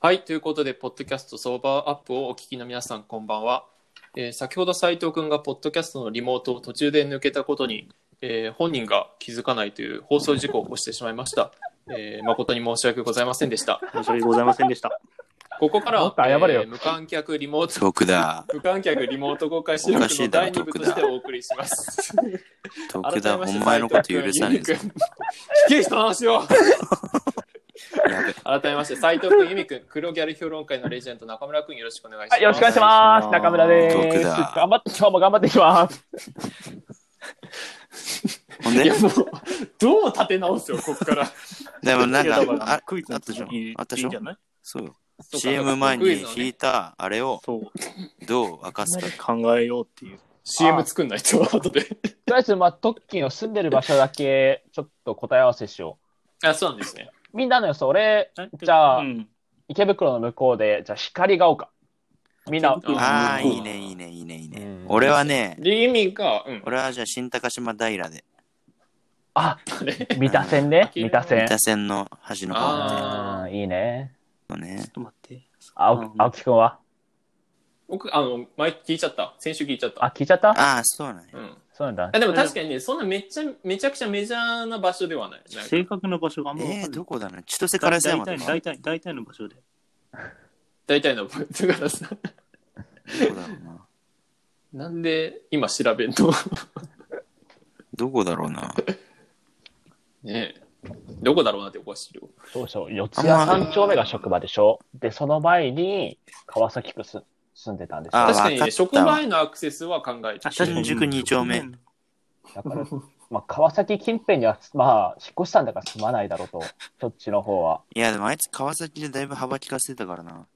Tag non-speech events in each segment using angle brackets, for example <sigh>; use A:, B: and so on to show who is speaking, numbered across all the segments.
A: はい、ということで、ポッドキャストソーバーアップをお聞きの皆さん、こんばんは。えー先ほど斉藤君がポッドキャストのリモートを途中で抜けたことに、えー本人が気づかないという放送事故を起こしてしまいました。えー誠に申し訳ございませんでした。
B: 申し訳ございませんでした。
A: ここから
C: も
A: は
C: っ、と謝れよ
A: えー無観客リモート、
D: トークだ。
A: 無観客リモート公開収録
D: おかし
A: の
D: いだろ
A: 第2部としてお送りします。
D: トー
A: 改
D: クだ。
A: めま
D: お
A: して
D: 前のこと許さねえぞ
A: 斉。藤君ゆみ君聞け人の話を
D: やべ。
A: 改めまして、斉藤君、由美君、黒ギャル評論会のレジェンド、中村君、よろしくお願いします。
C: はい、よろしくお願いします。
B: お願いします
C: 中村で
D: 僕
C: す。
D: だ
C: 頑張って、今日も頑張っていきます。
D: ほん
A: い
D: で
A: や、もう、どう立て直すよ、ここ
D: <laughs>
A: から。
D: でもなん
B: いやだから
D: か、あ
B: クイズ
D: あ
B: の
D: ったじゃん
B: 次
D: あった
B: い
D: でし
B: い
D: ょ
B: んじゃない
D: そうよ。CM 前に引い
A: た。
D: たあれを
B: そう。
D: どう明かすか。
B: 考えようっていう。
A: CM 作んないと、後で。
C: とりあえず、まあ、トッキーの住んでる場所だけ、ちょっと答え合わせしよ
A: あ、そうなんですね。
C: う。みんなの予想、俺、じゃあ
B: うん、
C: 池袋の向こうで、じゃあ、光が丘。みんな、
B: 池袋
D: ああ、
B: うん
D: いいね、いいね、いいね、いいね
C: うん。
D: 俺はね、
A: で、意味が、うん。
D: 俺はじゃあ新高島平で、
C: あ、
A: あれ
C: 三田線ね。
A: うん
C: 三田線。
D: 北線の端の方
A: あ
C: ああ、いいね。
D: のね
B: ちょっ。と待って。
C: 青木
B: うん
C: 青木くんは
A: 僕、あの、前聞いちゃった。先週聞いちゃった。
C: あ、聞いちゃった
D: ああ、そうなん
A: う
D: や。
A: ん。
C: そうなんだ
A: あ。でも確かにね、そんなめっちゃ、めちゃくちゃメジャーな場所ではない。なんか
B: 正確な場所があんまわかん
D: え
B: な
D: ー、
B: い。
D: どこだな千歳烏山
B: 大
D: と
B: 体
D: か。
B: 大体、大体の場所で。
A: 大体の、だからさ、
D: どこだろうな。
A: なんで今調べんの
D: どこだろうな。
A: ねえ。どこだろうなっておかしいよ。
C: どうしよう。四谷三丁目が職場でしょ。で、その前に、川崎区す住んでたんですよ
D: あ。
A: 確かにね、
D: わかったわ
A: 職場へのアクセスは考えて
B: <laughs> あ
A: る。
D: 新宿二丁目
C: だから、まあ、川崎近辺には、まあ、引っ越したんだから住まないだろうと、そっちの方は。
D: いや、でもあいつ川崎でだいぶ幅利かせてたからな。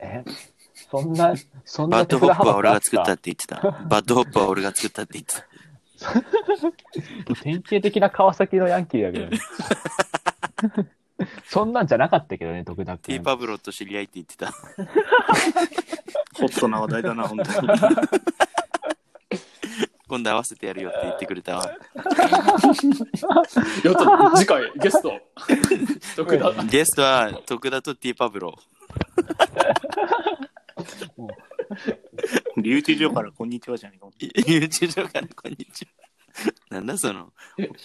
C: えそんな、そん
D: バッ
C: な
D: ドホップは俺が
C: 手札
D: 作ったっ
C: 幅
D: て言ってた。バッドホップは俺が作ったって言ってた。
C: 典型的な川崎のヤンキーだけどね。そんなんじゃなかったけどね、徳田
D: ティ
C: 君
D: ー。パブロと知り合いって言ってた。
B: ホットな話題だな、本当
D: <laughs>
B: に。
D: 今度合わせてやるよって言ってくれ
B: <laughs>
D: たわ。
A: やった次回、ゲスト。徳田。
D: ゲストは徳田とティーパブロ。
B: 留置所からこんにちはじゃねえか。
D: YouTube 上からこんにちは。なんだその、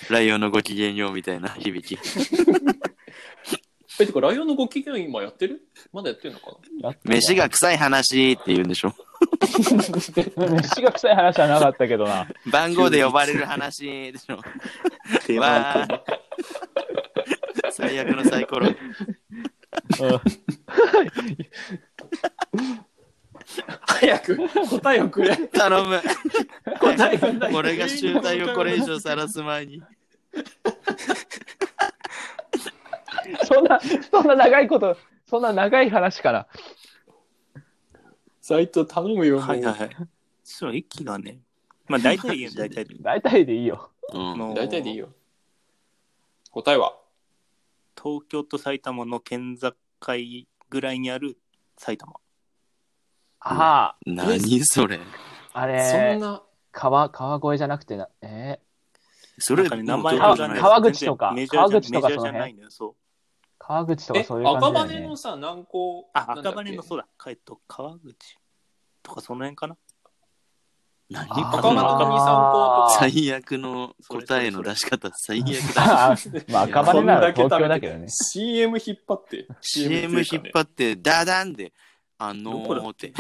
D: ライオンのご機嫌ようみたいな響き。
A: え、てか、ライオンのご機嫌今やってるまだやってるのか
C: やってんだ
D: 飯。が臭い話って言うんでしょ。
C: 飯が臭い話はなかったけどな。
D: 番号で呼ばれる話でしょ。
B: 定番
D: わー最悪のサイコロ。
A: な早く答えをくれ。
D: 頼む。
A: 答えがない。
D: 俺が集大をこれ以上さらす前に。
C: そんな、そんな長いこと、そんな長い話から。
A: サイト頼むよ、もう
B: はいはいはい。そう、駅がね。まあ大体言う、大体。
C: 大体でいいよ。
D: うん
B: の
A: 大体でいいよ。答えは
B: 東京と埼玉の県境ぐらいにある埼玉。
C: あ
D: 何それ
C: あ、あ
A: そん
C: れ、
A: な、
C: 川、川越じゃなくてな、えー
D: そ
B: な
D: れ
B: んかね名前
C: ど
B: が
C: うじゃ
B: ね
C: ない川口とか
B: 全然メジャーじゃ
C: 川口
B: メジャーじ
C: とかその
B: ゃ
C: 辺
B: ないのよ、そう。
C: 川口と
A: え、
C: かそういう感
A: 赤
C: じだよ
A: 羽
C: ね
A: の。さ、南港。
B: あ、
A: なんだ
B: 赤
A: っけ
B: 羽のそうだ、えっと、川口とかその辺かな。
D: 何
C: あー
A: 赤羽の上三
D: こ
A: 港とか。
D: 最悪の答えの出し方、最悪だ。
C: あ <laughs> まあ、赤羽なら東京だけどね。
A: CM 引っ張って。
D: CM 引っ張
A: って。
D: って、ダダンで、あの
B: どこだ
D: ーって。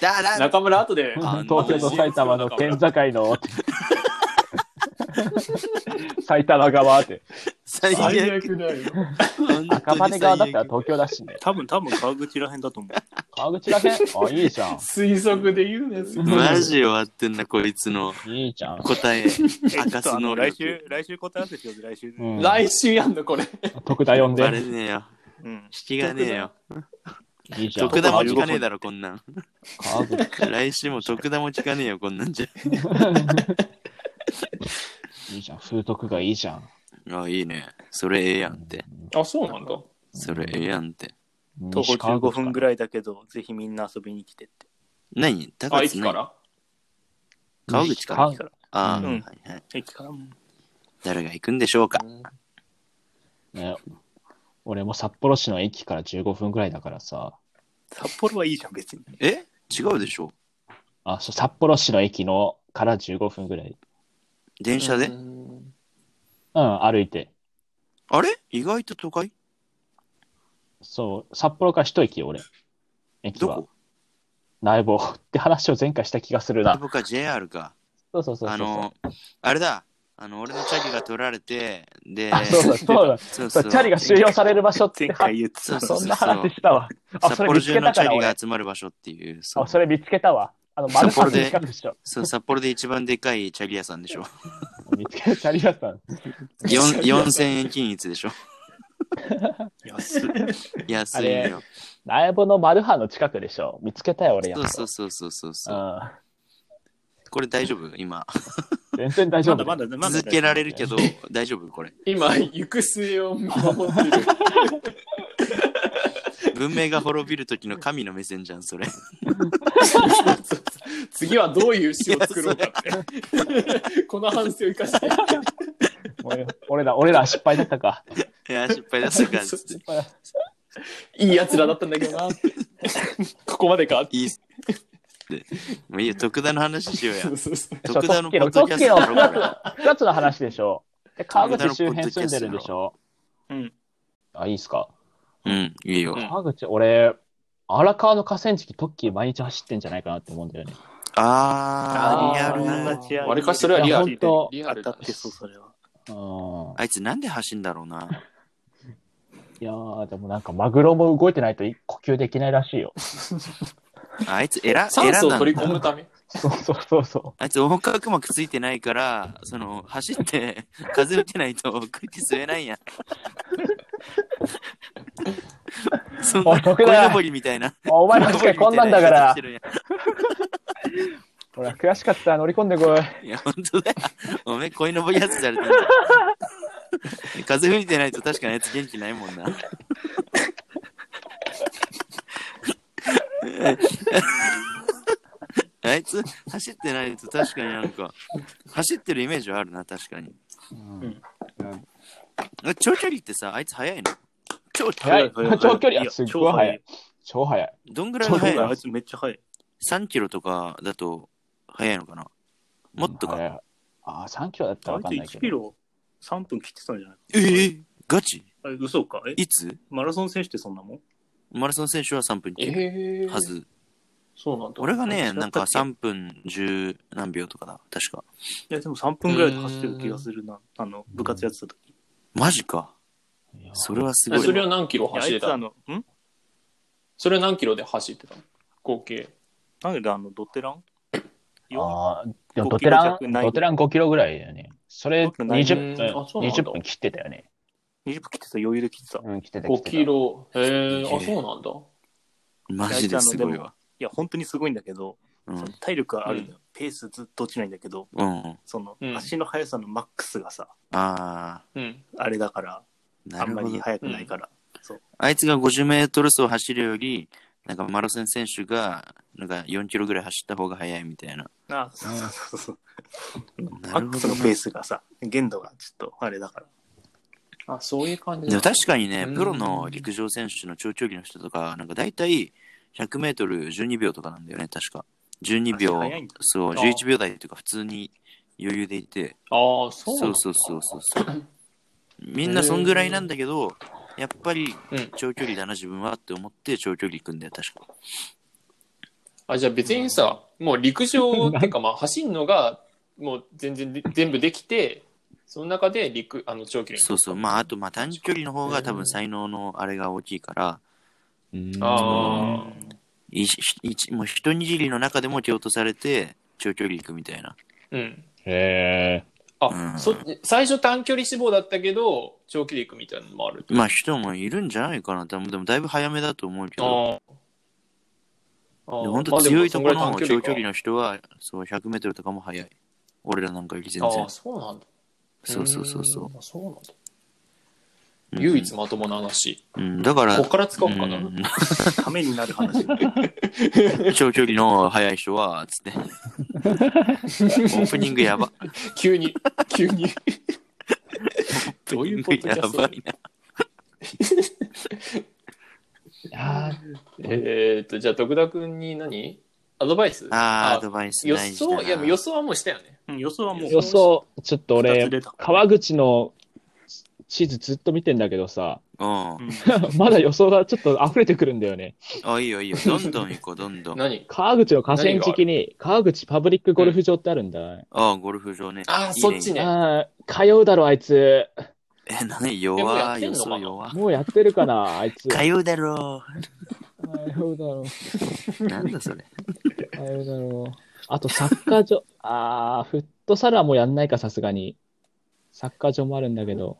D: ダダン
A: 中村後
C: <laughs>
A: で。
D: あ
C: 東京と埼玉の県境の <laughs> って。埼玉側って。
D: 最
A: 最
D: 悪。
A: 悪だよ。
C: 赤羽側だったら
D: 本
C: 東京だしね。
B: 多分、多分川口らへんだ <laughs> と思う。
C: 川口だけあ、いいじゃ
A: 推測で言うね。
D: 当に最悪マジ終わってんな、こいつの
C: ん。いいじゃん。
D: 答え。明かす能
B: 来
D: 力。
B: 週、来週答え合わせしようぜ、来週。
C: うん
A: 来週やんの、これ。
C: 徳田呼ん
D: バ
C: で。
D: レねえよ。
B: うん
D: 引きがねえよ。
C: いいじゃん。
D: 徳田も
C: 川
D: 聞かねえだろ、こんなん。
C: 口。
D: 来週も徳田も聞かねえよ、こんなんじ
C: いいじゃん。風徳がいいじゃん。
D: ゃ。あ、いいね。それええやんって。
A: あ、そうなんだ。
D: それええやんって。
B: 徒歩15分ぐ
C: い。
B: らいだけど、ぜひみんな遊びに来てって。
D: 何高
A: あ、
D: 津
A: 駅か
D: 何
A: ら
D: 川口から
C: 西
D: ああ、
B: うん
D: はいはい。
B: 駅からも。
D: 誰が行くんでしょうか
C: ね俺も札幌市の駅から15分ぐらいだからさ、
B: 札幌はいいじゃん、別に。
D: え違うでしょ
C: あ、そう、札幌市の駅のから15分ぐらい。
D: 電車で、
A: うん
C: うん、歩いて。
D: あれ意外と都会
C: そう、札幌から一駅よ、俺。駅
D: ど
C: は
D: こ。
C: 内房って話を前回した気がする
D: ど
C: な。
D: こか JR か。
C: そうそうそうそう。
D: あの、あれだ。あの、俺のチャリが取られて、で、
C: あ、
D: <laughs>
C: そうだ、そうだ。
D: そう
C: そ
D: そう
C: チャリが収容される場所って
B: 前、回言って
D: そ
B: た
D: う。そう
C: そん
D: そう
C: な
D: そう
C: 話したわ。あ、
D: 札
C: それ
D: 幌
C: 見つ
D: 中
C: け
D: の
C: た
D: チ
C: か
D: ャ
C: ら
D: リが
C: 俺。
D: 集まる場所っていう。そう
C: あ、それ見つけたわ。あの、丸
D: 札幌
C: 三
D: で
C: の近くでしょ。
D: そう札幌で一番でかいチャリ屋さんで
C: <laughs>
D: しょ。
C: 見つけたチャリ屋さん。
D: よん4000円均一でしょ。
B: 安い。
D: 安いよ。
C: 内房のマルハの近くでしょ。見つけたよ、俺やっ
D: そ
C: と
D: うそうそうそうそうそうう。
C: ん。
D: これ大丈夫今。
C: 全然大丈
B: ま
C: 夫だ
B: だ
C: よ。
B: まだ、まだ。
D: 続けられるけど、大丈夫これ。
A: 今、行く末を見守ってる。
D: 文明が滅びる時の神の目線じゃん、
C: <laughs>
D: それ。
A: 次はどういう詩を作ろうか
D: <laughs>
A: って。この反省を生かして。
C: 俺俺ら、俺ら失敗だったか。
D: いや、失敗だったからっつって。
A: いい奴らだったんだけどな。ここまでか。
D: いいっすって。もういいよ、徳田の話しようや
A: そ。うそうそう
D: 徳田のポ
C: そう
D: ッドキャストだろ、これ。
C: 二つの話でしょ。で、川口周辺住んでるでしょ。
B: うん。
C: あ、いいっすか。
D: うん、いいよ。
A: うん
C: 川口、俺、荒川の河川敷、トッキー毎日走ってんじゃないかなって思うんだよね。
D: あ
A: あー
D: ー、リアル
A: なん
D: な
A: だ。わりかしそれはリアル
C: いや本
A: リア
B: 当
A: ル
B: た
A: だ
B: ってそう、それは。
C: うん。
D: あいつなんで走んだろうな。
C: いやー、でもなんか、マグロも動いてないと呼吸できないらしいよ。
D: あいつ選、
A: <laughs> 酸
D: 選ん
A: 素を
D: だ
A: 取
D: ん
A: り込
D: だ。
A: むため。
C: そうそうそうそ
D: あいつ横隔膜ついてないから、その、走って、 <laughs> 風受けないと空気吸えないやん。そん
C: おい
D: な、
C: 徳
D: こ
C: 田
D: いのぼりみたいな。
C: う。お前の近いこんなんだから
D: 鯉のぼりみたいなやつして、るやん
C: ほら、悔しかったら乗り込んでこい。
D: いや、本当だよ。おめえ、こいのぼりやつされてんだ。風吹いてないと確かにあいつ元気ないもんな。 <laughs> あいつ走ってないと確かになんか走ってるイメージはあるな確かに
B: ん
D: 長距離ってさあいつ速いの
B: 超
C: 速い長距離
B: や
C: すっごい速い。超速い。
D: どんぐらい
B: 超
D: の
B: 速
D: 速
B: い
D: い
B: 超速い。あ
D: の
B: いつめっちゃ速い。
D: 3キロとかだと速いのかなもっとか、
C: 速いあー、3キロだったらわか
B: あ
C: ん
B: い
C: ない
B: つ
C: け
B: 1キ
C: ど。
B: ロ3分切ってたんじゃない
D: えー、ガチ
B: あれ嘘かえ
D: いつ
B: マラソン選手ってそんなもん
D: マラソン選手は3分切る
A: ええ。
D: はず
A: そうなんだ。
D: 俺が
B: 違った
D: ね、
B: っけ
D: なんか3分10何秒とかだ、確か。
B: いや、でも3分ぐらいで走ってる気がするな。あの、部活やってた時。い
D: マジか。
C: いや
D: それはすご
A: え
D: い。
A: それは何キロ
B: やあ
A: 走
B: い
A: れ
B: つあ
A: たの
B: の、ん
A: それは何キロで走ってたの合計。
B: なんであの、ドテランよ
C: あーでも
B: 5
C: ドテラ
B: キロ弱
C: ン、
B: ない
C: ドテラン5キロぐらいだよね。それ
B: 5キロない
C: 20分、
A: うんあそうなんだ
C: 20分切ってたよね。
B: 20分切ってた、余裕で切ってた。い
C: うん、切ってた。
A: 5キ
C: 切って
A: ロ。へえ、あ、
D: す
A: そ
D: げえ
A: うなんだ。
D: マジですごいわ。
B: や、本当にすごいんだけど、そ
D: う
B: の
D: ん。
B: 体力はあるんだよ。ペースずっと落ちないんだけど、
D: うん。
B: その
A: うん、
B: 足の速さのマックスがさ、
D: あ
A: うん。
B: あれだから、
D: ー、な
B: あん
D: る
B: ま
D: ほ
B: り
D: ど。
B: 速くないから。
D: あいつが50メートル走走るより、なんかマラソン選手が、なんか4キロぐらい走った方が速いみたいな。
B: あそうそうそうそう。マ
D: な
B: ッ
D: るほ
B: クス
D: ど
B: の
D: な。
B: ペースがさ、限度がちょっとあれだから。
A: あ、そういう感じ
D: で
A: な
D: も
A: んだ
D: 確かにね、
A: うん
D: プロの陸上選手の長距離の人とか、なんか大体100メートル12秒とかなんだよね、確か。12秒
B: あ速いんだ、
D: そう、
A: あ
D: 11秒台とか普通に余裕でいて、
A: ああ、そうなん
D: そう
A: だ。
D: そうそうそう
A: <coughs>
D: そう。みんなそんぐらいなんだけど、やっぱり
A: うん
D: 長距離だな自分はって思って長距離行くんだよ、確か。
A: あ、じゃあ別にさ、もう陸上って <laughs> いうか、まあ走るのが、もう全然で全部できて、その中で陸、あの、長距離に。
D: そうそう。まあ、あとまあ短距離の方が多分才能のあれが大きいから、
C: たうん
A: あ
D: いいもう一握りの中でも蹴落とされて長距離行くみたいな。
A: あ、うん。
C: へ
D: う
A: あ、
D: ん
A: そ、最初短距離志望だったけど、長距離行くみたいなのもある。
D: まあ人もいるんじゃないかな。でもでもだいぶ早めだと思うけど。
A: ああ。ああ
D: 本当強いところ
A: まあ
D: の
A: でもそんぐら
D: 長距
A: い
D: 離の人は、そう、100メートルとかも速い。俺らなんかより全
A: かあ
D: 然
A: あ、。そうなんだ。
D: そうそうそうそう
A: ーん。あそうなんだ。
D: うん
A: 唯一まともな話。
D: うん、だから
A: こっ、から使おうか <laughs> な。
D: うん
B: ためになる
D: <laughs>
B: 話。
D: 長距離の速い人は、
A: <laughs>
D: つって。オープニングやば。
A: 急に、急に。どういうこと
D: やばいな。
C: や
A: えーっと、じゃあ、徳田君に何アドバイス
D: ああ、アドバイス
A: 予
D: 大事だ
A: 想、
D: な。
A: いや、もう予想はもうしたよね。
B: うん予想はもう
A: ー
E: 予想、ちょっと
B: 二
E: 俺
B: つ出た、
E: 川口の地図ずっと見てんだけどさ、 <laughs>
D: う
E: まだ予想がちょっと溢れてくるんだよね。
D: ん。あ、いい
A: <laughs>
D: よいいよ。どんどん行こう、どんどん。あ
A: 何
E: 川口の河川敷に、川口パブリックゴルフ場ってあるんだ。
D: あ、ゴルフ場ね。
A: ああ、
D: いい
A: そっち。ね。
E: ああ、通うだろ、あいつ。
D: え、なに
A: えもうやっ
D: 弱い
A: てん
D: 予
A: のかな
D: 想弱。
E: もうやってるかな、あいつ。
D: 通うだろ
E: 通うだろう。
D: う。なんだそれ。
E: あれだろう。あと、サッカー場、あー、フットサルはもうやんないか、さすがに。サッカー場もあるんだけど。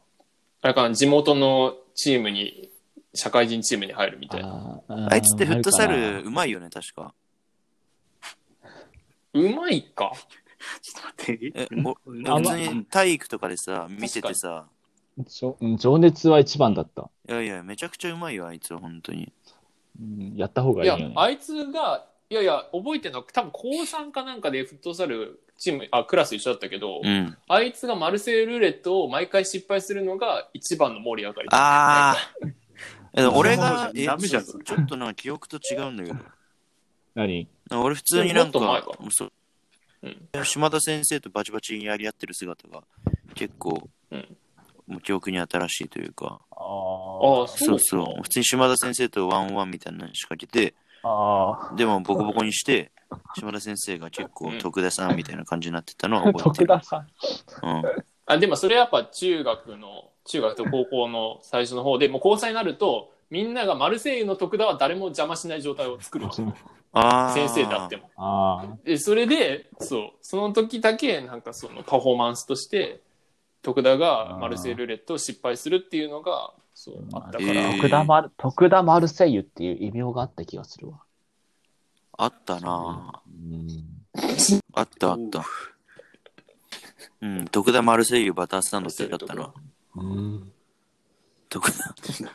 A: あれかな、地元のチームに、社会人チームに入るみたいな。
E: あ
D: あいつってフットサル
E: う
D: うまいよね、確か。
A: うまいか。
B: ちょっと待って。
D: え、お
B: うん
E: あ
D: 普通に体育とかでさ、見ててさ、
E: ん情熱は一番だった。
D: いやいや、めちゃくちゃうまいよ、あいつは、本当に。
E: うん、やった方がい
A: い
E: い
A: や
E: よね、。
A: あいつが、いやいや、覚えてるのは、多分高3かなんかでフットサルチーム、あ、クラス一緒だったけど、
D: うん。
A: あいつがマルセイユルーレットを毎回失敗するのが一番の盛り上がり。
D: ああ。
A: <laughs>
D: 俺が、え
B: ダメじゃん
D: ちょちょっとなんか記憶と違うんだけど。
E: 何
D: なんか俺普通になんか、
A: でももっと前
D: そう
A: うん
D: 島田先生とバチバチにやり合ってる姿が結構、
A: うん
D: もう記憶に新しいというか、
C: あ
A: あ
C: ー
A: あ、
D: そ
A: そうう
D: そ、
A: そう
D: 普通に島田先生とワンオンワンみたいなの仕掛けて、
C: あー。
D: でもボコボコにして、島田先生が結構
A: うん
D: 徳田さんみたいな感じになってたの
A: <laughs>
D: は覚えて
C: 徳
D: る。
C: 田さん。
D: うん、
A: あ、でもそれやっぱ中学の、中学と高校の最初の方で、もう交際になると、みんながマルセイユの徳田は誰も邪魔しない状態を作る。
D: ああ。
A: 先生だっても。
C: あ
A: で、それで、そう、その時だけ、なんかそのパフォーマンスとして、徳田がマルセイユルーレットを失敗するっていうのが、そう、あった
C: あ。
A: か
D: え
A: ら。
D: ー
C: 徳田マル、徳田マルセイユっていう異名があった気がするわ。
D: あったな
C: うん。
D: あったあった。うん、徳田マルセイユバタースタンドってだったな。
C: うん。
D: 徳田、
B: ちょ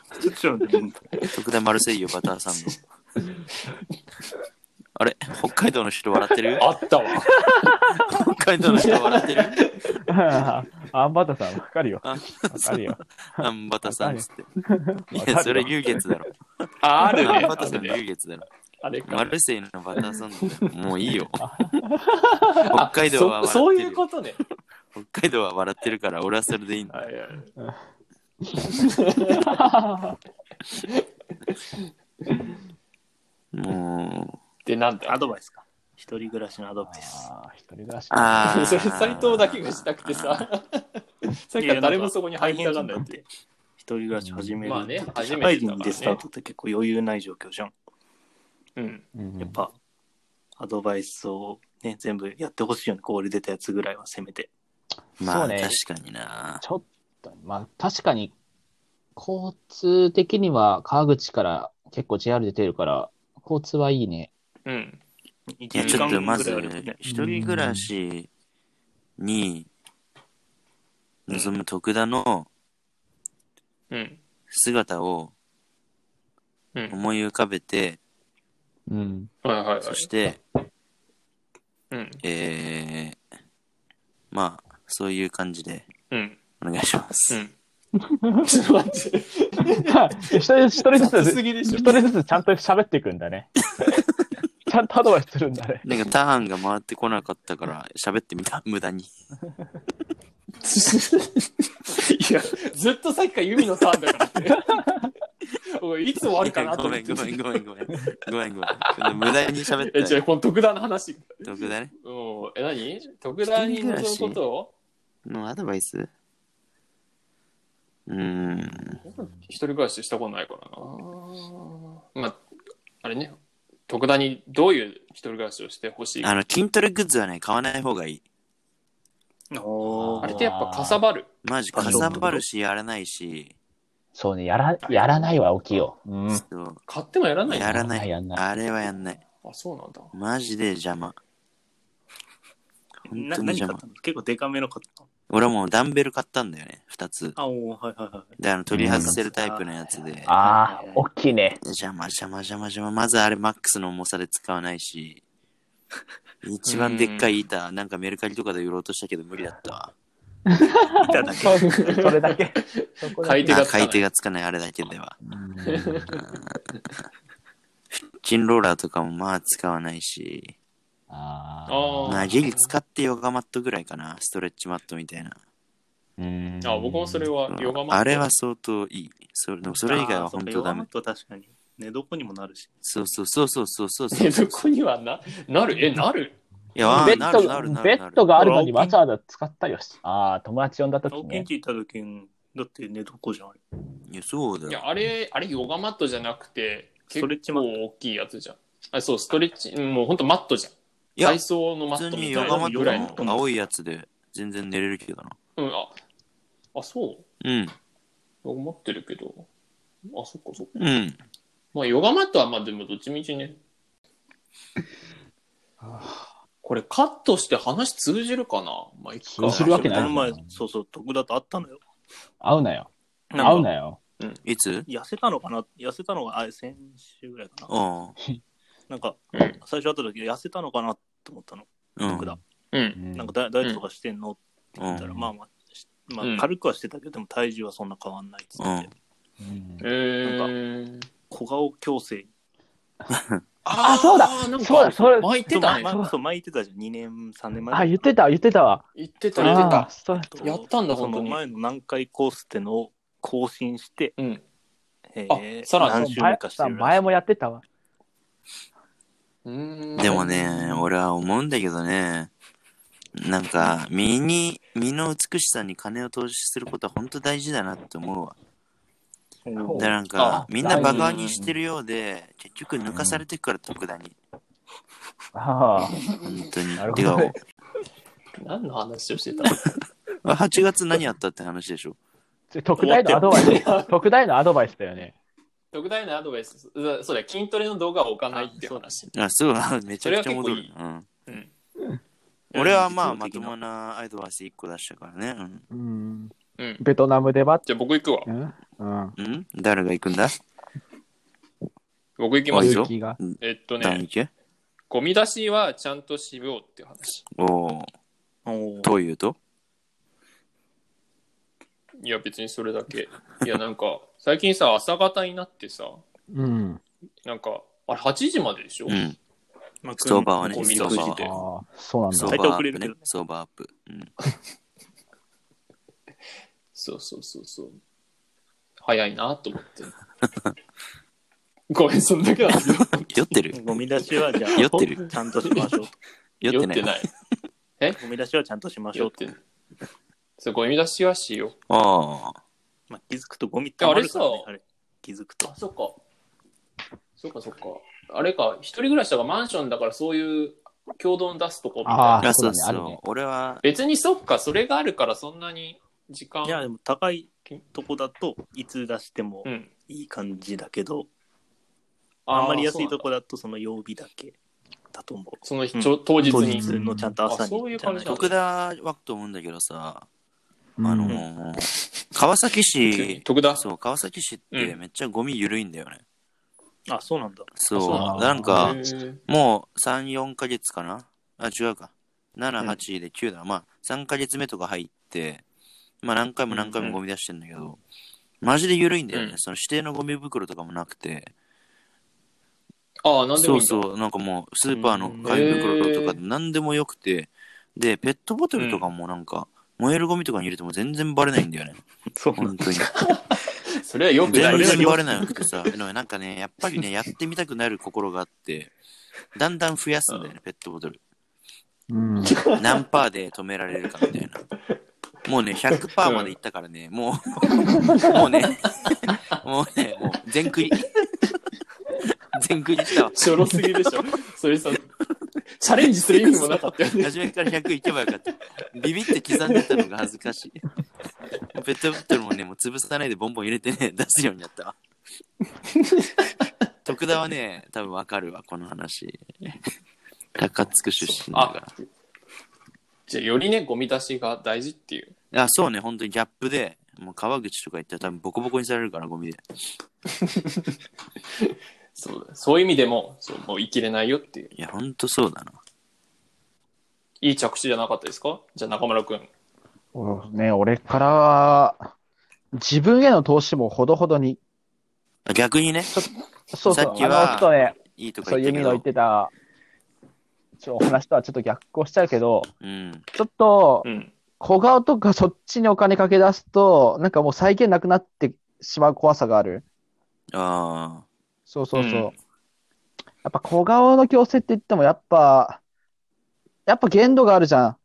B: っと待って
D: 徳田マルセイユバタースタンド。あれ北海道の人笑ってる
A: あったわ。
D: 北海道の人笑ってる
C: <laughs> あんバタさん、わかるよ。
D: あ、
C: わかるよ。
D: アンバタさんっつって。い
C: わかる
D: や、それ流月だろ。
A: あ
D: ア
A: る
D: ン
A: ね。
D: バタさ
A: あ
D: ん
A: るね
D: 流月だろ。
A: あれか
D: マ。ルセイのバターサンド。もういいよ。北海道は
A: そそう
D: 笑って
A: いう
D: るよ。
A: ことね。
D: 北海道は笑ってるから、俺はそれでいいんだ。
A: はいはい
D: も
A: で、なんだ
B: アドバイスか。一人暮らしのアドバイス。
C: ああ、一人暮らし
D: う。。あ
A: <laughs>
D: あ。
A: それ斎藤だけがしたくてさ。 <laughs> さっきから誰もそこに入りたがんないって。。
B: 一人暮らし始める。
A: まあね初
B: 社
A: め
B: 会
A: てだからね
B: 人でスタートって結構余裕ない状況じゃん。
A: うん。
C: うん
B: やっぱ、アドバイスをね、全部やってほしいよね。これ出たやつぐらいはせめて。
D: ま
C: そう
D: あ、
C: ね
D: 確かにな。
C: ちょっと、まあ確かに、交通的には川口から結構 JR 出てるから、交通はいいね。
A: うん。
B: 1
D: いや、
B: 時
D: ちょ
B: 間ぐら
D: っと
B: い
D: ま
B: あ
D: ず
B: るとね、。
D: 一人暮らしに望む徳田の
A: うん。
D: 姿を
A: うん。
D: 思い浮かべて、
C: <laughs> うん。
A: はいはいはい。
D: そして、
A: うん。
D: えー、まあ、そういう感じで
A: うん。
D: お願いします。
A: うん。ちょっと待って。
C: 一人一人ず
A: 雑
C: つ、
A: すぎでし
C: 一
A: ょ。
C: 人ずつちゃんと喋っていくんだ <laughs> ね。ちゃんとアドバイスするんだね。
D: なんかターンが回ってこなかったから喋ってみた、無駄に。
A: いや、ずっとさっきから弓のターンだからって。お <laughs> いいつ終わるかなと
D: <laughs> ご
A: 思っ
D: め
A: て
D: ん。ごめんごめんごめん。ごめんごめん。無駄に喋っ
A: <laughs> え、じゃ
D: た。
A: あ、この徳田の話。
D: 徳田ね。
A: うん。え、何徳田に望むことを
D: のアドバイスうーん。
A: 一人暮らししたことないからな。まあ、あれね、徳田にどういう一人暮らしをしてほしいか。
D: あの、筋トレグッズはね、買わない方がいい。
B: お
A: あれ
B: ー
A: ってやっぱかさばる。
D: マジ、かさばるし、やらないし。
C: そうね、やら、やらないは大きいよ。うん。
D: そう
A: 買ってもやらない
D: やらな
C: やら
D: い。
C: ない
D: あれはやんない。
A: あ、そうなんだ。
D: マジで邪魔。本
B: な
D: 当に
B: 何買
D: 邪魔
B: っ。たの結構デカめの買ったの
D: 俺はもうダンベル買ったんだよね、2つ。
B: あ、おーはいはいはい。
D: で、あの、取り外せるタイプのやつで。
C: ああ、大き
A: <laughs>
C: いね。
D: 邪魔邪魔邪魔邪魔。まずあれマックスの重さで使わないし。一番でっかい板、なんかメルカリとかで売ろうとしたけど無理だったわ。
B: ただ
E: <laughs>
B: け。
E: それだけ。そこだ
A: 買い手が
D: あ
A: つかな
D: 買
A: い
D: い手がつかない、あれだけでは。チンローラーとかもまあ使わないし、
E: あ
A: あ
D: まあ、ギリ使ってヨガマットぐらいかな、ストレッチマットみたいな。
E: ー
A: あ、僕もそれはヨガマット。
D: あれは相当いい。それでもそれ以外は本当ダ
B: あ
D: メ
B: ー。そうかヨガマット確かに。寝床にもなるし。
D: そうそうそうそうそうそう
A: <laughs>
D: そう。
A: 寝床にはな、なる、え、なる
D: いや、あ
E: ベ
D: ー
E: ッ
D: な
E: ド
D: るなる
E: が、
D: なる
E: ベ
D: な
E: ッ
D: る
E: ドがあるのにわざわざ使ったりはし、ああ、友達呼んだ時
B: 青県
E: ね。
B: 地行った時に、だって寝床じゃん。あれ
D: いや、そう
A: い
D: だよ
A: や、。あれ、あれヨガマットじゃなくて、
B: ストレッチマット
A: 結構大きいやつじゃん。あ、そう、ストレッチ、もう本当マットじゃん。
D: いや
A: 体操のマ
D: 普
A: ッ
D: 通
A: トみ
D: に
A: た
D: ヨ
A: い
D: ガマ
A: な
D: ッ
A: ぐらいの。
D: トの青いやつで全然寝れるけどな。
A: うん、あ、あ、そう
D: うん。
A: 僕持ってるけど。あ、そっかそっか。
D: うん。
A: まあ、ヨガマットはまあでもどっちみち
E: <laughs>
A: ね。これカットして話通じるかなまあ、いっか
E: 通じるわけない
B: この前、そうそう、徳田と会ったのよ。
E: 会うなよ。
B: なんか
E: 会うなよ。
D: いつ
B: 痩せたのかな痩せたのが、あ、先週ぐらいかな。
D: ああ。
B: なんか、
A: うん
B: 最初会った時、痩せたのかなって思ったの。
D: うん
B: 徳。田。
A: うん。
B: なんかダイダイエットとかしてんのって
D: う
B: 言ったら、
D: ん。
B: まあまあ、しま
A: うん
B: あ、軽くはしてたけど、でも体重はそんな変わんないっつって、
D: うん
E: うん
A: えー。
B: 小顔矯正。
A: あ
E: あそうだ
A: ーなんか
E: そうだそれ
A: 巻いてたね
B: そうまそう巻いてたじゃん、2年、3年前。
E: あ、言ってた、言ってたわ。
A: 言ってた、
E: あ
A: 言ってた
E: ー。そう
B: と
A: やったんだ
B: そ
A: 本当
B: の
A: に
B: 前の何回コースってのを更新して、
A: うん。
B: え
A: あさらに
B: 何週目かして
E: 前
B: るらしい
E: 前もやってたわ。
A: うーん
D: でもね、俺は思うんだけどね、なんか、身に、身の美しさに金を投資することは本当大事だなって思うわ。
E: うん
D: だからなん
A: あ
D: か、みんなバカにしてるようで、結局抜かされてくから、特段に。
E: あ
D: 本当
E: なるほ
D: に。てか
E: どね、
A: 何の話をしてた
D: 8月何やったって話でしょ。
E: あ、特大のアドバイス。特大のアドバイスだよね。
A: <laughs> 特大なアドバイス。うそうだ、筋トレの動画を置かないっていう話。
D: あ、そう、 <laughs> めちゃくちゃ戻る。
A: それ
D: うん
A: うん
D: 俺はまあ、まともなアイドバイス1個出したからね。うん
E: うん。
A: うん。
E: ベトナムでばっ
A: じゃあ僕行くわ。
E: うん。うん。
D: うん誰が行くんだ
A: 僕行きます
D: いい
A: よ。
D: よ
E: 勇気が。
A: えっと
D: 第
A: ね、
D: 一
A: ゴミ出しはちゃんとしようっていう話。
D: おー
B: おー
D: というと
A: いや、別にそれだけ。いや、なんか、 <laughs> 最近さ、朝方になってさ、
E: うん。
A: なんか、あれ8時まででしょ、
D: うん。
B: まあ
D: ストーバーはね
B: ゴミ
A: ストーバーは
B: 出し
E: あ
B: で
E: あ、そうなん
D: ソ
E: だ
D: ー
B: 大
D: バ
B: 体
D: ーア
B: 遅れる
D: ップ
B: けど
D: ね
B: ね。
D: ソーバーアップ。うん
A: そうそうそうそう。早いなと思って。ごめん、そんだけなんですよ。
D: 酔ってる
B: ゴミ出しはじゃあ、
D: 酔ってる
B: ちゃんとしましょう。
D: <laughs> 酔
A: 酔
D: っ
A: って
D: な
A: て
D: い。
A: ない。
B: ゴミ出しはちゃんとしまし
A: 酔
B: ょ
A: っ
B: う
A: て
B: と
A: ない。そう、ゴミ出しはしよう。
D: ああ。
B: まあ、気づくとゴミってあるから、ね、
A: あ
B: あれ気づく
A: あ
B: と。、
A: そっか。そっかそっか。あれか、一人暮らしだからマンションだからそういう共同の出すとこみたい
E: あ
A: な。
E: ー
D: あ、そう
E: そうだねある
D: そ
E: ね
D: う。俺は、
A: 別にそっか、それがあるからそんなに時間。
B: いや、でも高いとこだといつ出しても
A: うん。
B: いい感じだけど、あんまり安いと
A: こ。
B: こだとその曜日だけだと思う。
A: そうなんだその日、ちょ当日
E: 当
A: に
B: 普。通のちゃんと朝
A: あ
B: に。
A: そういう感じなんだ
D: 徳田はと思うんだけどさ、
E: あ
D: あのー、川崎市、
A: 徳田。
D: そう、川崎市ってめっちゃゴミ緩いんだよね。
B: あ、そうなんだ。
A: そうな
D: そ
E: ん
D: う。
E: だ
D: なんか
A: へ、ー
D: もう3、4ヶ月かなあ、違うか。7、8で9だ。まあ、3ヶ月目とか入って、まあ何回も何回もゴミ出してんだけど、マジで緩いんだよね。
A: うん
D: その指定のゴミ袋とかもなくて、
A: ああ、なんでも
D: そ
A: いいうんだ。
D: そう、なんかもうスーパーの紙袋とかで何でもよくて、で、ペットボトルとかもなんか、燃えるゴミとかに入れても全然バレないんだよね。
B: そうなん
D: 本
B: だ。
D: 当に。
A: それはよくない。
D: 全
A: それ
D: 然
A: は
D: バレなくてさ、 <laughs> でもなんかね、やっぱりね、やってみたくなる心があって、だんだん増やすんだよね、ペットボトル。
E: うん。
D: 何パーで止められるかみたいな。もうね、100パーまでいったからね、もう、もうね、もうね、もう全食い。全食いしたわ。
A: ちょろすぎでしょ。それさ、チャレンジする意味もなかったよね。
D: 初めから100いけばよかった。ビビって刻んでたのが恥ずかしい。ペットボトルもね、もう潰さないでボンボン入れてね、出すようになったわ。徳田はね、多分わかるわ、この話。高津区出身だから。
A: じゃあ、よりね、ゴミ出しが大事っていう。
D: いや、そうね、本当にギャップで、もう川口とか行ったら多分ボコボコにされるから、ゴミで。
A: そうだそういう意味でも、そうもう生きれないよっていう。
D: いや、本当そうだな。
A: いい着地じゃなかったですかじゃあ、中村くん。
C: そうね、俺からは、自分への投資もほどほどに。
D: 逆にね、
C: そうそう、
D: さっきは
C: あの、ちょっとね、
D: いいとか
C: そう、ユ
D: 言っ
C: ミ
D: て
C: の
D: けど
C: 言ってた、ちょ、お話とはちょっと逆行しちゃうけど、
D: うん。
C: ちょっと、
A: うん。
C: 小顔とかそっちにお金かけ出すと、なんかもう再現なくなってしまう怖さがある。
D: あ
C: そうそうそう。
A: うん
C: やっぱ小顔の矯正って言っても、やっぱ、やっぱ限度があるじゃん。
D: あ、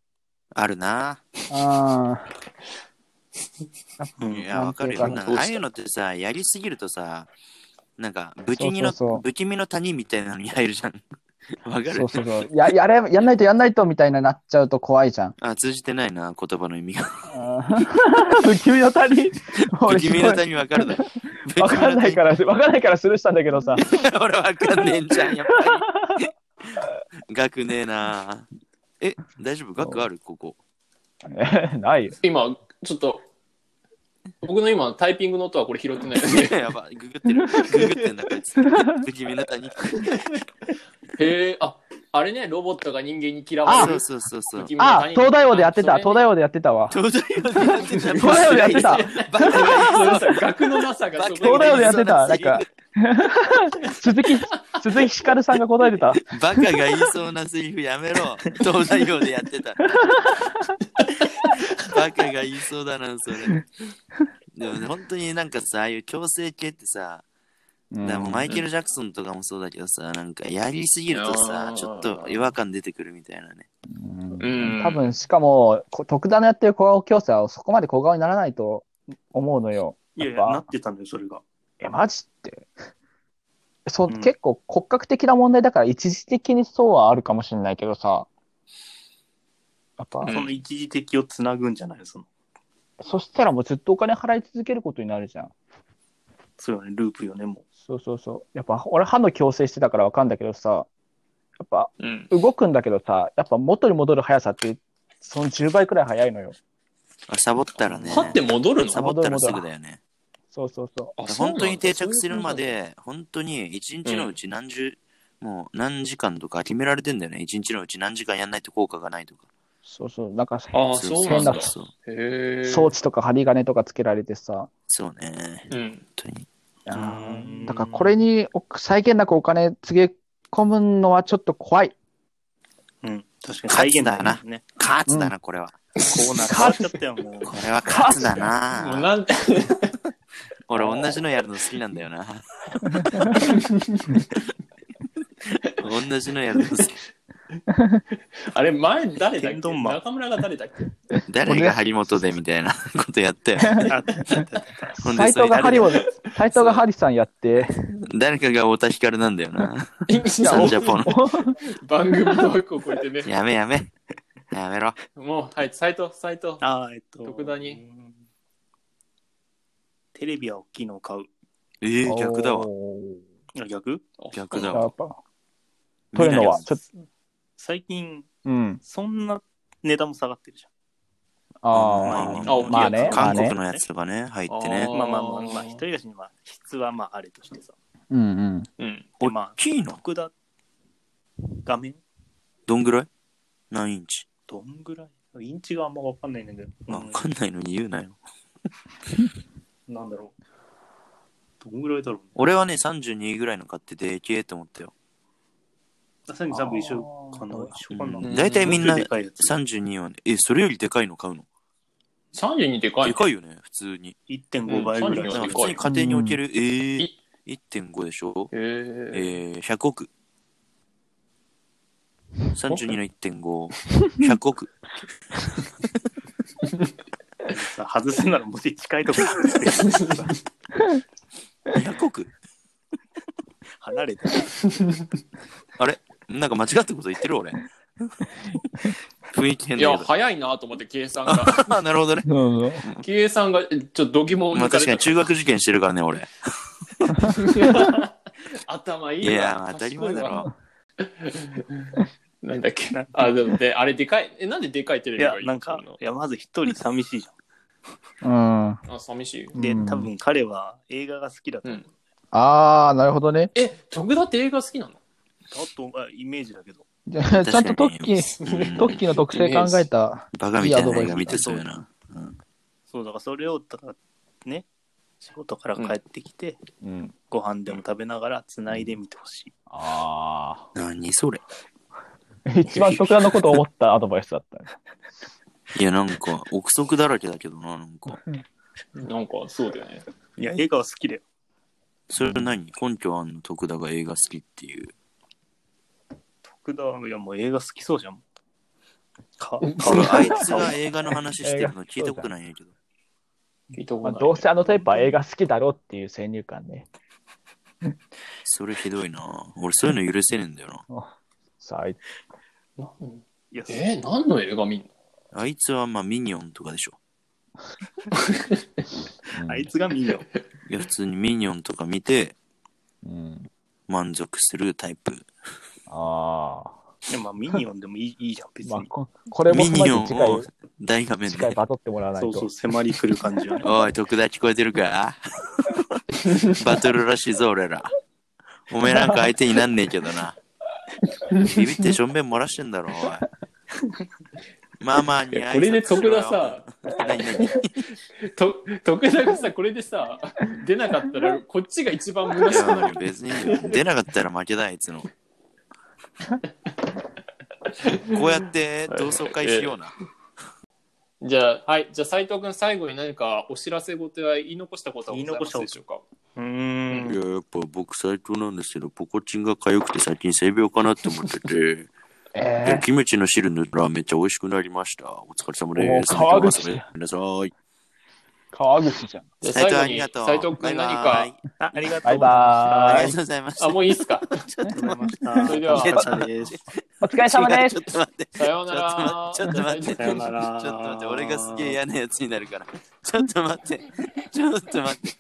D: あるな。
C: あ
B: うん
D: いや、わかるよ。
C: な
D: なんん
C: ていう
A: か
D: かああいうのってさ、やりすぎるとさ、なんか、不気味の、
C: そうそうそう
D: 不気味の谷みたいなのに入るじゃん。 <laughs> わか
C: ーそ
D: る
C: うそうそう。や、やれ、やんないとやんないとみたいになっちゃうと怖いじゃ
D: <laughs>
C: ん。
D: あ、通じてないな、言葉の意
C: <laughs>
D: 味が。
C: あー不気味の谷
D: 不
C: 俺
D: 気
C: すご
D: 味
C: い
D: の谷わかるだろ。
C: わかんないから、わかんないからスルーしたんだけどさ。
D: 不気味の谷。 <laughs> 俺わかんねえんじゃん、やっ
C: <laughs>
D: ぱり。学ねえな。え、大丈夫学あるこ <laughs> こ。
C: えないよ。
A: 今、ちょっと、僕の今のタイピングの音はこれ拾って
C: <laughs>
A: ないですね。
D: やばい、ググってる。ググってんだ、こいつ。不気味の谷。
A: へえ、あ、あれね、ロボットが人間に嫌われ
D: そ
A: る
D: う。そうそうそう。
C: あ、東大王でやってた、東
A: 王。
C: 大王でやってたわ。
D: 東大王でやってた。
C: 東大王でやって
D: <laughs>
C: た。
D: バカがいそう
A: そうそう学のなさ
C: <laughs>
A: がそこ
C: 東
A: に
C: 大王でやってた。なんか、鈴木、鈴木ひかるさんが答えてた。
D: バカが言いそうなセリフや
A: <laughs>
D: めろ。東大王でやってた。バカが言いそうだな、それ。でもね本当になんかさ、ああいう強制系ってさ、だからもうマイケル・ジャクソンとかもそうだけどさ、なんかやりすぎると
A: う
D: さ
A: ん、
D: ちょっと違和感出てくるみたいなね。
A: うん。
C: 多分、しかも、こ特段のやってる小顔矯正はそこまで小顔にならないと思うのよ。
B: いやい
C: やっ
B: や、
C: ぱ
B: なってたんだよ、それが。
C: え、マジって。 <laughs> そう、
B: うん
C: 結構骨格的な問題だから一時的にそうはあるかもしれないけどさ。やっぱ、
A: うん
B: その一時的をつなぐんじゃないのその。
C: そしたらもうずっとお金払い続けることになるじゃん。
B: そうよね、ループよね、も
C: そうそうそう。やっぱ俺歯の矯正してたからわかんだけどさ、やっぱ
A: うん。
C: 動くんだけどさ、やっぱ元に戻る速さって、その10倍くらい速いのよ。
D: あサボったらね、
A: 歯って戻るの
D: サボったらすぐだよね。
C: そうそうそ
A: あそうなん
D: 本
A: だ
D: 当に定着するまで、本当に一日のうち何十、もう何時間とか決められてんだよね。一日のうち何時間やんないと効果がないとか。
C: う。そうそう。なんかさ
A: ああ、そうなんだ。
C: 変な
D: そう
A: へえ。
C: 装置とか針金とかつけられてさ。
D: そうね。
A: うん。
D: 本当に。
C: いやー
B: うん
C: だからこれにお際限なくお金つげ込むのはちょっと怖い。
B: う。うん、確か
D: 勝
B: に。
D: つんだよな
B: 再現ね。
D: 勝つだな、これは。
B: こうなっ変わっちゃったよ、もう。
D: これは勝つだ
A: もう
D: な。
A: なんて、
D: 俺、同じのやるの好きなんだよな。 <laughs> 同じのやるの好き。
A: あれ前誰だっ
B: 天
A: け
B: 丼マン
A: 中村が誰だっ
D: <laughs>
A: け
D: 誰が張本でみたいな <laughs> ことやったよ。
B: あ
D: ほんで
C: 斎藤がハリを、斎藤がハリさんやって、
D: 誰かが太田光なんだよな。
A: い
D: サンジャポの。
A: 番組の枠を超えてね。
D: やめやめ。やめろ。
A: もう、はい、斎藤、斎藤。
B: あー、えっと。
A: 特段に
B: うん。テレビは大きいのを買う。
D: ええ逆だわ。
C: お
B: あ逆
D: 逆
C: ー
D: だ
C: や
D: わ。
C: っぱ、取るのは、
D: 見ない
C: ちょっと、
B: 最近、
C: うん。
B: そんな値段も下がってるじ
C: あ
D: うん
C: あ、
A: あ大きいやつ
C: まあね、まあ
D: 韓国
C: ね。
D: のやつとかね、入って
A: あ
B: ゃ
D: ね
A: ー。
B: ん。まあまあまあ、まあ、一人だし、まあ、質はまああれとしてさ。
C: うんうん。
A: うん。
B: でまあ、
D: キーの
B: 特段、画面
D: どんぐらい何インチ
B: どんぐらいインチがあんまわかんないんだけど。う
D: わかんないのに言うなよ。
B: なんだろう。どんぐらいだろうね。
D: 俺はね、32ぐらいの買ってて、ええと思ったよ。
B: あさに多分一緒かな
C: あー。
B: 一緒かな。
A: うん
D: 大体みんな
B: でかいやつ
D: 32はね、え、それよりでかいの買うの
A: 32でかい
D: で
A: ね。
D: かいよね、普通に。
B: 1.5倍ぐらい
A: うん
D: だ
A: 32
D: か
A: は
D: ら
A: で
D: 普
A: かい
D: 通に家庭に置ける、えー
A: い、
D: 1.5でしょ
A: へ
D: え
A: え。
D: ー、100億。32の1.5。100億。
B: さ外すならもし近いところ <laughs>
D: 100億
B: 離れてる。
D: なんか間違ったこと言ってる
A: <laughs>
D: 俺。雰囲気変
A: い
D: だ
A: や、
D: けど。
A: 早いなと思って、計算が。
D: <laughs> あなるほどね。
C: うん
A: 計算が、ちょっと度肝を
D: まあ
A: 抜か
D: 確か
A: れ
D: に
A: た。
D: 中学受験してるからね、俺。
A: <laughs> 頭いい
D: い
A: な
D: や、当たり前だ。ろ。
A: なんだっけな。あ、でも、で、あれでかい。え、なんででかいテレ
B: い
A: ビが
B: や
A: い、い
B: なんか
A: の、
B: いや、まず一人寂しいじ
C: うん。
A: あ、寂しい。
B: ゃん。で
C: う、ん
B: 多分彼は映画が好きだと
A: う。
B: 思うん
C: ああ、なるほどね。
A: え、徳田って映画好きなの
B: だとあイメージだけど。
C: じゃあちゃんとトッキー、
D: 確かに
C: トッキーの特性考えた。
D: バカみたいな映画見てそうやな。
B: そう、だからそれを、だからね、仕事から帰ってきて、
F: うん。
B: ご飯でも食べながら繋いでみてほしい。
F: あ
D: 何それ
F: あ。一番特段のことを思ったアドバイスだったね。
D: いや、なんか、憶測だらけだけどな、なんか。
A: なんか、そうだよね。
B: いや、映画は好きだよ。
D: それ何根拠あんの徳田が映画好きっていう。
B: 福田は、いや、もう映画好きそうじゃん。か、
D: 俺
B: か
D: あいつが映画の話してるの聞いたことないんやけど。
A: 聞いたこと
F: ま
A: ない
F: あ、どうせあのタイプは映画好きだろうっていう先入観ね。
D: それひどいな。俺そういうの許せねえんだよな。
F: さあ、
A: なん
B: いや、
A: えー何の映画見んの
D: あいつはまあミニオンとかでしょ。
B: あいつが見よ。
D: いや、普通にミニオンとか見て
F: うん。
D: 満足するタイプ。
F: ああ。
B: でもまあ、ミニオンでもいいいいじゃん、別
F: まあ
B: に。
F: こ、これも
D: ミ
F: 踏まえ
D: ニオ
F: て
D: ン
F: 次回、
D: を大画面
F: 次回
D: で。
F: バトってもらわない
B: そ
F: と。
B: うそう、迫り来る感じよね。
D: おい、徳田聞こえてるか <laughs> バトルらしいぞ、俺ら。おめえなんか相手になんねえけどな。ビビってしょんべん漏らしてんだろ、おい。まあまあに
A: いやこれで徳田さ、
D: 何何
A: と徳田がさ、これでさ、出なかったら、
D: <laughs>
A: こっちが一番虚
D: い
A: しく
D: や
A: な
D: もう
A: る。
D: 別に出なかったら負けだあいつの。こうやって同窓会しような。
A: じゃあ、はい。じゃあ、斎藤君、最後に何かお知らせごとや言い残したことはござい
B: 言い
A: ま
B: 残し
A: す
B: たこ
A: で
B: と
A: しょうか
B: うー
D: い
B: ん。
D: や、やっぱ僕最強なんですけど、ポコチンが痒くて最近性病かなって思ってて、で
F: え
D: キムチの汁塗ったらめっちゃ美味しくなりました。お疲れ様で
F: もう
D: す。
F: 川口
D: ごめんなさい。
F: ー、川口じゃん。
A: じゃあ
D: 斉
A: 最
D: 藤
A: 後
D: あり
A: に
D: がとう。
A: 斎藤君何
D: バイ
A: か
D: バイ
B: あ、ありがと
F: バ
B: う
F: イ
B: ござい
F: バ
D: あ
F: ーイ。
D: りがとうございました。
A: あもういいっ
D: <laughs>
A: すか
B: ました。
A: それでは
B: お疲れ様です。
F: お疲れ様
D: 違う
F: です
D: ちょ。っと待って。
A: さようなら
D: ちょっと待って、ちょ
B: さ
D: っと
B: よ
D: 待
B: な
D: っ
B: ら
D: て、ちょっと待って、俺がすげえ嫌なやつになるから。ちょっと待って、ちょっと待って。